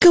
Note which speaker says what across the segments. Speaker 1: 各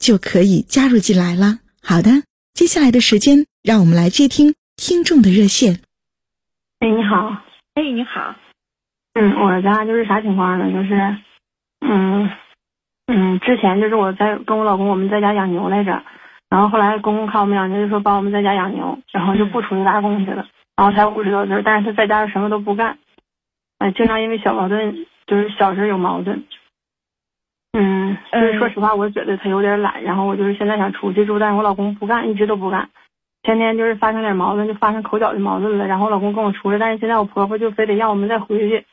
Speaker 1: 就可以加入进来了。好的，接下来的时间，让我们来接听听众的热线。
Speaker 2: 哎，你好，
Speaker 3: 哎，你好，
Speaker 2: 嗯，我咱俩就是啥情况呢？就是，嗯，嗯，之前就是我在跟我老公我们在家养牛来着，然后后来公公看我们养牛，就说帮我们在家养牛，然后就
Speaker 3: 嗯
Speaker 2: 不出去打工去了，然后才五十多岁，但是他在家什么都不干，哎，经常因为小矛盾，就是小时候有矛盾。嗯，就是说实话，我觉得他有点懒，然后我就是现在想出去住，但是我老公不干，一直都不干，天天就是发生点矛盾，就发生口角的矛盾了。然后我老公跟我出来，但是现在我婆婆就非得让我们再回去，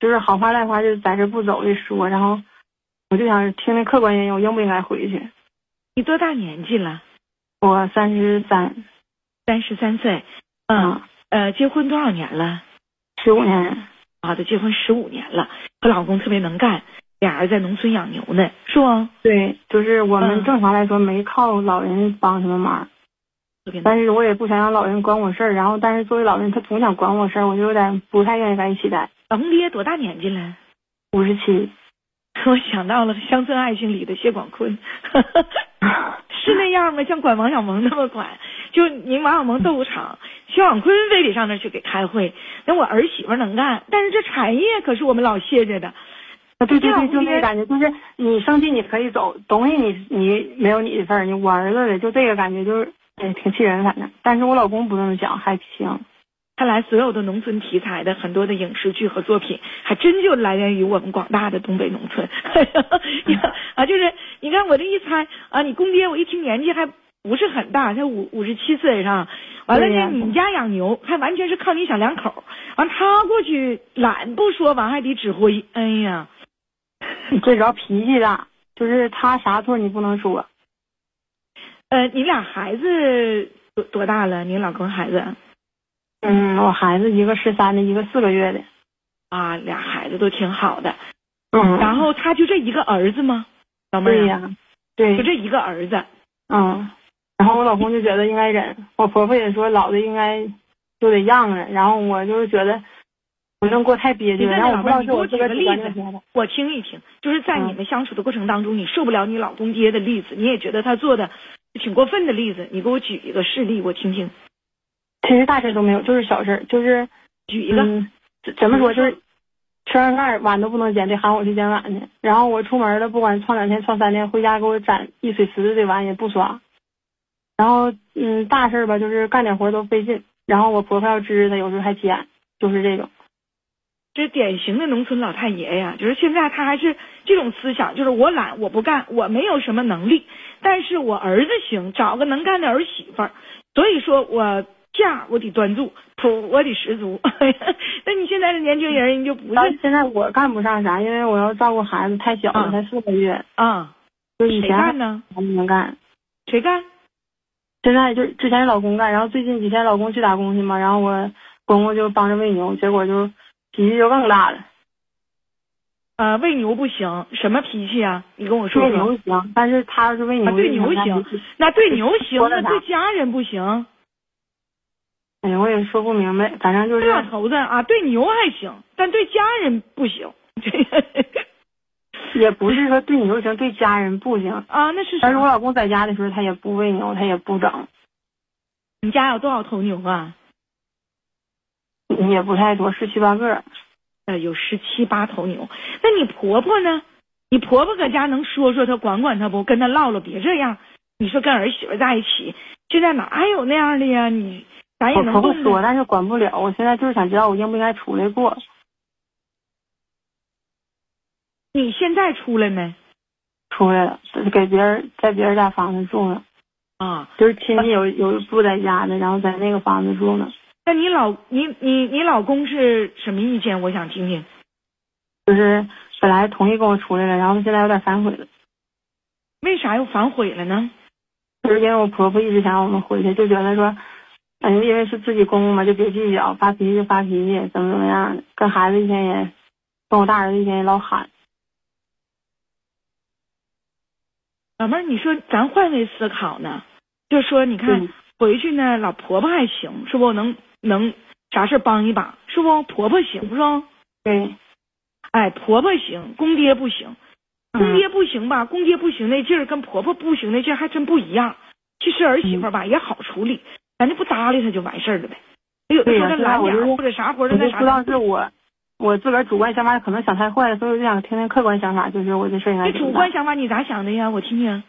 Speaker 2: 就是好话赖话，就是在这不走一说。然后我就想听听客观原因，我应不应该回去？
Speaker 3: 你多大年纪了？
Speaker 2: 我三十三，
Speaker 3: 三十三岁。
Speaker 2: 嗯，
Speaker 3: 呃，结婚多少年了？
Speaker 2: 十五年人，
Speaker 3: 好的，结婚十五年了。和老公特别能干，俩人在农村养牛呢，是不？
Speaker 2: 对，就是我们
Speaker 3: 嗯
Speaker 2: 正常来说没靠老人帮什么忙，
Speaker 3: 特别能
Speaker 2: 但是我也不想让老人管我事儿。然后，但是作为老人，他总想管我事儿，我就有点不太愿意在一起待。
Speaker 3: 干。咱爹多大年纪了？
Speaker 2: 五十七，
Speaker 3: 我想到了《乡村爱情》里的谢广坤， 是那样吗？像管王小蒙那么管？就您王小蒙斗场，谢广坤非得上那儿去给开会。那我儿媳妇能干，但是这产业可是我们老谢家的。
Speaker 2: 啊，对对
Speaker 3: 这样
Speaker 2: 对，就那
Speaker 3: 爹
Speaker 2: 个感觉，就是你生气你可以走，东西你你没有你的事儿，你我儿子的，就这个感觉就是，哎，挺气人，反正。但是我老公不那么想，还行。
Speaker 3: 看来所有的农村题材的很多的影视剧和作品，还真就来源于我们广大的东北农村。 你看啊，就是你看我这一猜啊，你公爹我一听年纪还不是很大，才五五十七岁是吧？完了
Speaker 2: 对呀
Speaker 3: 呢，你们家养牛还完全是靠你小两口儿，完他过去懒不说，完还得指挥。哎呀，
Speaker 2: 最主要脾气大，就是他啥错你不能说。
Speaker 3: 呃，你俩孩子多多大了？你老公孩子
Speaker 2: 嗯，我孩子一个十三的，一个四个月的。
Speaker 3: 啊，俩孩子都挺好的。
Speaker 2: 嗯，
Speaker 3: 然后他就这一个儿子吗？老妹
Speaker 2: 对
Speaker 3: 儿啊、
Speaker 2: 呀、对
Speaker 3: 就，这一个儿子。
Speaker 2: 嗯。然后我老公就觉得应该忍，我婆婆也说老的应该就得让着，然后我就是觉得不能过太憋屈
Speaker 3: 你
Speaker 2: 了，
Speaker 3: 在
Speaker 2: 然后
Speaker 3: 哪
Speaker 2: 我不
Speaker 3: 儿
Speaker 2: 知道是
Speaker 3: 你给
Speaker 2: 我
Speaker 3: 我
Speaker 2: 自
Speaker 3: 举
Speaker 2: 个儿
Speaker 3: 个
Speaker 2: 主
Speaker 3: 例
Speaker 2: 观
Speaker 3: 子
Speaker 2: 那啥的。
Speaker 3: 我听一听，就是在
Speaker 2: 嗯
Speaker 3: 你们相处的过程当中，你受不了你老公爹的例子，你也觉得他做的挺过分的例子，你给我举一个事例，我听听，
Speaker 2: 其实大事都没有，就是小事儿，就是
Speaker 3: 举一个。
Speaker 2: 嗯，怎怎么说就是吃完饭碗都不能捡，得喊我去捡碗去。然后我出门了，不管窜两天窜三天，回家给我攒一水池子的碗也不刷。然后嗯，大事儿吧，就是干点活都费劲。然后我婆婆要支持她，有时候还急眼，就是这种。
Speaker 3: 这是典型的农村老太爷呀，就是现在他还是这种思想，就是我懒，我不干，我没有什么能力，但是我儿子行，找个能干的儿媳妇儿，所以说我架我得端住，谱我得十足。 那你现在的年轻人，你就不
Speaker 2: 但是
Speaker 3: 是
Speaker 2: 现在我干不上啥，因为我要照顾孩子，太小了，
Speaker 3: 啊
Speaker 2: 才四个月，
Speaker 3: 啊？
Speaker 2: 就以
Speaker 3: 谁
Speaker 2: 前
Speaker 3: 干呢？
Speaker 2: 还不能干。
Speaker 3: 谁干？
Speaker 2: 现在就是之前老公干，然后最近几天老公去打工去嘛，然后我公公就帮着喂牛，结果就脾气就更大了。
Speaker 3: 呃，喂牛不行，什么脾气啊？你跟我说
Speaker 2: 喂
Speaker 3: 说。
Speaker 2: 牛行，但是他要是喂牛
Speaker 3: 啊，对牛
Speaker 2: 那
Speaker 3: 行
Speaker 2: 不行，
Speaker 3: 那对牛行，
Speaker 2: 说
Speaker 3: 那
Speaker 2: 的啥
Speaker 3: 对家人不行。
Speaker 2: 哎呀，我也说不明白，反正就
Speaker 3: 对
Speaker 2: 是
Speaker 3: 老头子啊，对牛还行，但对家人 不行。
Speaker 2: 也不是说对牛行，对家人不行。
Speaker 3: 啊，那是
Speaker 2: 但
Speaker 3: 啥
Speaker 2: 是？我老公在家的时候，他也不喂牛，他也不整，
Speaker 3: 你家有多少头牛啊？
Speaker 2: 也不太多，十七八个。
Speaker 3: 呃，有十七八头牛。那你婆婆呢？你婆婆搁家能说说她，管管她不？跟她唠唠，别这样。你说跟儿媳妇在一起，现在哪有那样的呀？你咱也
Speaker 2: 我
Speaker 3: 哎能
Speaker 2: 婆婆
Speaker 3: 混
Speaker 2: 说，
Speaker 3: 的。
Speaker 2: 但是管不了。我现在就是想知道我应不应该出来过。
Speaker 3: 你现在出来没？
Speaker 2: 出来了，给别人在别人家房子住呢，
Speaker 3: 啊，
Speaker 2: 就是亲戚有有不在家的，然后在那个房子住呢。
Speaker 3: 那你老你你你老公是什么意见？我想听听。
Speaker 2: 就是本来同意跟我出来了，然后他现在有点反悔了，
Speaker 3: 为啥又反悔了呢？
Speaker 2: 就是因为我婆婆一直想让我们回去，就觉得说，感觉因为是自己公公嘛，就别计较，发脾气就发脾气，怎么怎么样的，跟孩子一天也，跟我大儿子一天也老喊，
Speaker 3: 老妹儿，你说咱换位思考呢，就说你看、
Speaker 2: 嗯
Speaker 3: 回去呢，老婆婆还行，是不能能啥事儿帮一把，是不？婆婆行不是？
Speaker 2: 对，
Speaker 3: 哎，婆婆行，公爹不行。公
Speaker 2: 嗯
Speaker 3: 爹不行吧？公爹不行那劲儿跟婆婆不行那劲儿还真不一样。其实儿媳妇儿
Speaker 2: 嗯
Speaker 3: 吧、也好处理，咱就不搭理她就完事儿了呗。有的
Speaker 2: 对
Speaker 3: 时
Speaker 2: 呀
Speaker 3: 候她
Speaker 2: 对啊呀
Speaker 3: 懒
Speaker 2: 我
Speaker 3: 点
Speaker 2: 就
Speaker 3: 儿
Speaker 2: 是
Speaker 3: 或者啥活
Speaker 2: 我
Speaker 3: 儿她那
Speaker 2: 就
Speaker 3: 啥
Speaker 2: 知道是我，我自个儿主观想法可能想太坏了，所以我就想听听客观想法，就是我这事儿应该
Speaker 3: 这
Speaker 2: 怎么
Speaker 3: 主
Speaker 2: 办
Speaker 3: 观想法你咋想的呀？我听听。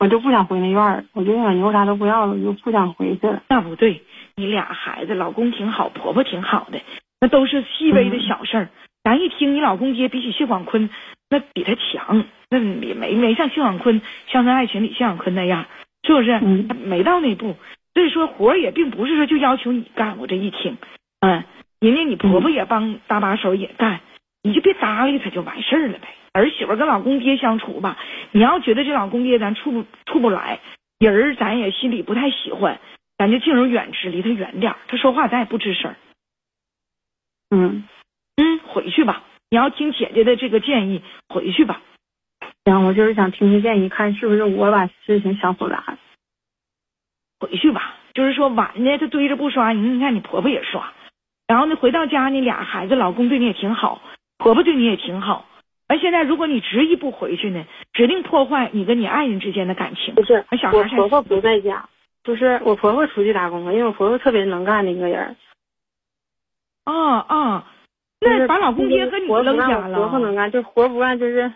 Speaker 2: 我就不想回那院儿，我就想牛啥都不要了，我就不想回去了。
Speaker 3: 那不对，你俩孩子，老公挺好，婆婆挺好的，那都是细微的小事儿。咱一听你老公爹比起谢广坤，那比他强，那也没没像谢广坤《乡村爱情》里谢广坤那样，是不是？
Speaker 2: 嗯
Speaker 3: 没到那步，所以说活儿也并不是说就要求你干。我这一听，嗯，人家你婆婆也帮搭把手也干，你就别搭理他就完事儿了呗。儿媳妇儿跟老公爹相处吧，你要觉得这老公爹咱处不处不来，人儿咱也心里不太喜欢，咱就敬而远之，离他远点儿。他说话咱也不吱声儿。
Speaker 2: 嗯，
Speaker 3: 嗯，回去吧。你要听姐姐的这个建议，回去吧。
Speaker 2: 行，我就是想听听建议，看是不是我把事情想复杂了。
Speaker 3: 回去吧。就是说碗呢，他堆着不刷，你看你婆婆也刷，然后呢回到家，你俩孩子，老公对你也挺好，婆婆对你也挺好。而现在如果你执意不回去呢，指定破坏你跟你爱人之间的感情
Speaker 2: 不。是
Speaker 3: 哎小，孩
Speaker 2: 我
Speaker 3: 儿才
Speaker 2: 婆婆不在家，就是我婆婆出去打工了，因为我婆婆特别能干的一个人。
Speaker 3: 啊啊，
Speaker 2: 就
Speaker 3: 那
Speaker 2: 是
Speaker 3: 把老公爹跟你
Speaker 2: 活不
Speaker 3: 扔
Speaker 2: 干
Speaker 3: 家
Speaker 2: 我婆婆能
Speaker 3: 了。
Speaker 2: 干，就是活不干，就是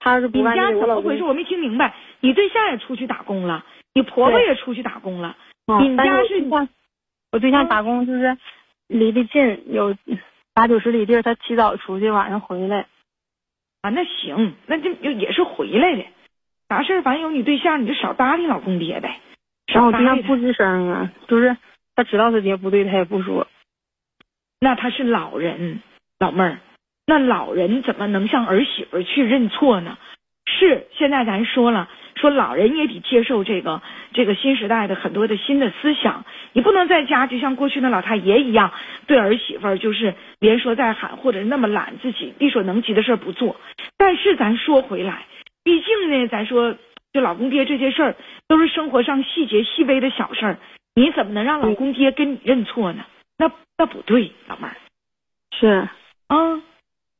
Speaker 2: 她要是
Speaker 3: 你
Speaker 2: 不
Speaker 3: 们
Speaker 2: 干，
Speaker 3: 家
Speaker 2: 就
Speaker 3: 怎
Speaker 2: 我老
Speaker 3: 么
Speaker 2: 公
Speaker 3: 回事？我没听明白。你对象也出去打工了，你婆婆
Speaker 2: 对
Speaker 3: 也出去打工了。
Speaker 2: 啊
Speaker 3: 你们
Speaker 2: 但
Speaker 3: 家
Speaker 2: 我
Speaker 3: 是
Speaker 2: 对象我对象
Speaker 3: 嗯
Speaker 2: 打工就是离得近，有八九十里地儿，他起早出去，晚上回来。
Speaker 3: 啊，那行，那就也是回来的。啥事儿，反正有你对象，你就少搭理老公爹呗。
Speaker 2: 然后
Speaker 3: 少
Speaker 2: 我对
Speaker 3: 搭
Speaker 2: 象
Speaker 3: 理
Speaker 2: 不
Speaker 3: 他。
Speaker 2: 吱声啊，就是他知道他爹不对，他也不说。
Speaker 3: 那他是老人，老妹儿，那老人怎么能向儿媳妇儿去认错呢？是，现在咱说了，说老人也得接受这个这个新时代的很多的新的思想，你不能在家就像过去那老太爷一样，对儿媳妇儿就是连说带喊，或者那么懒，自己力所能及的事儿不做。但是咱说回来，毕竟呢，咱说就老公爹这些事儿，都是生活上细节细微的小事儿，你怎么能让老公爹跟你认错呢？那那不对，老妹儿
Speaker 2: 是，
Speaker 3: 啊，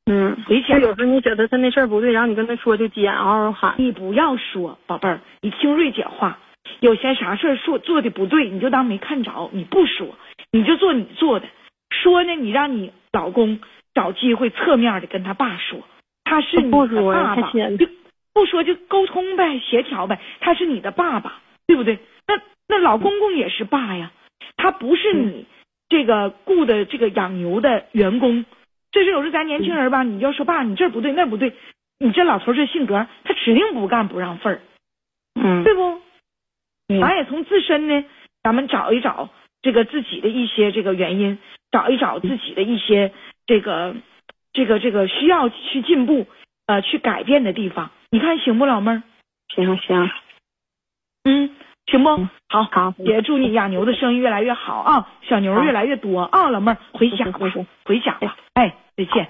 Speaker 2: 嗯，
Speaker 3: 回家
Speaker 2: 就有时候你觉得他那事儿不对，然后你跟他说，就急眼嗷嗷喊。
Speaker 3: 你不要说，宝贝儿，你听瑞姐话，有些啥事儿说做的不对，你就当没看着，你不说，你就做你做的，说呢，你让你老公找机会侧面的跟他爸说，他是你
Speaker 2: 不
Speaker 3: 的
Speaker 2: 说呀
Speaker 3: 爸爸，
Speaker 2: 太甜了
Speaker 3: 就不说就沟通呗，协调呗，他是你的爸爸，对不对？那那老公公也是爸呀，他不是你这个雇的这个养牛的员工，所以说有时候咱年轻人吧，你要说爸，你这儿不对那儿不对，你这老头儿这性格，他指定不干不让份儿，
Speaker 2: 嗯，
Speaker 3: 对不？
Speaker 2: 嗯
Speaker 3: 咱也从自身呢，咱们找一找这个自己的一些这个原因，找一找自己的一些这个这个这个需要去进步呃去改变的地方，你看行不，老妹儿？
Speaker 2: 行行，
Speaker 3: 嗯，行不
Speaker 2: 嗯？
Speaker 3: 好，
Speaker 2: 好，
Speaker 3: 也祝你养牛的生意越来越好啊，小牛
Speaker 2: 好
Speaker 3: 越来越多啊，老妹儿回家
Speaker 2: 不
Speaker 3: 吧
Speaker 2: 是不是，
Speaker 3: 回家吧，哎，再见。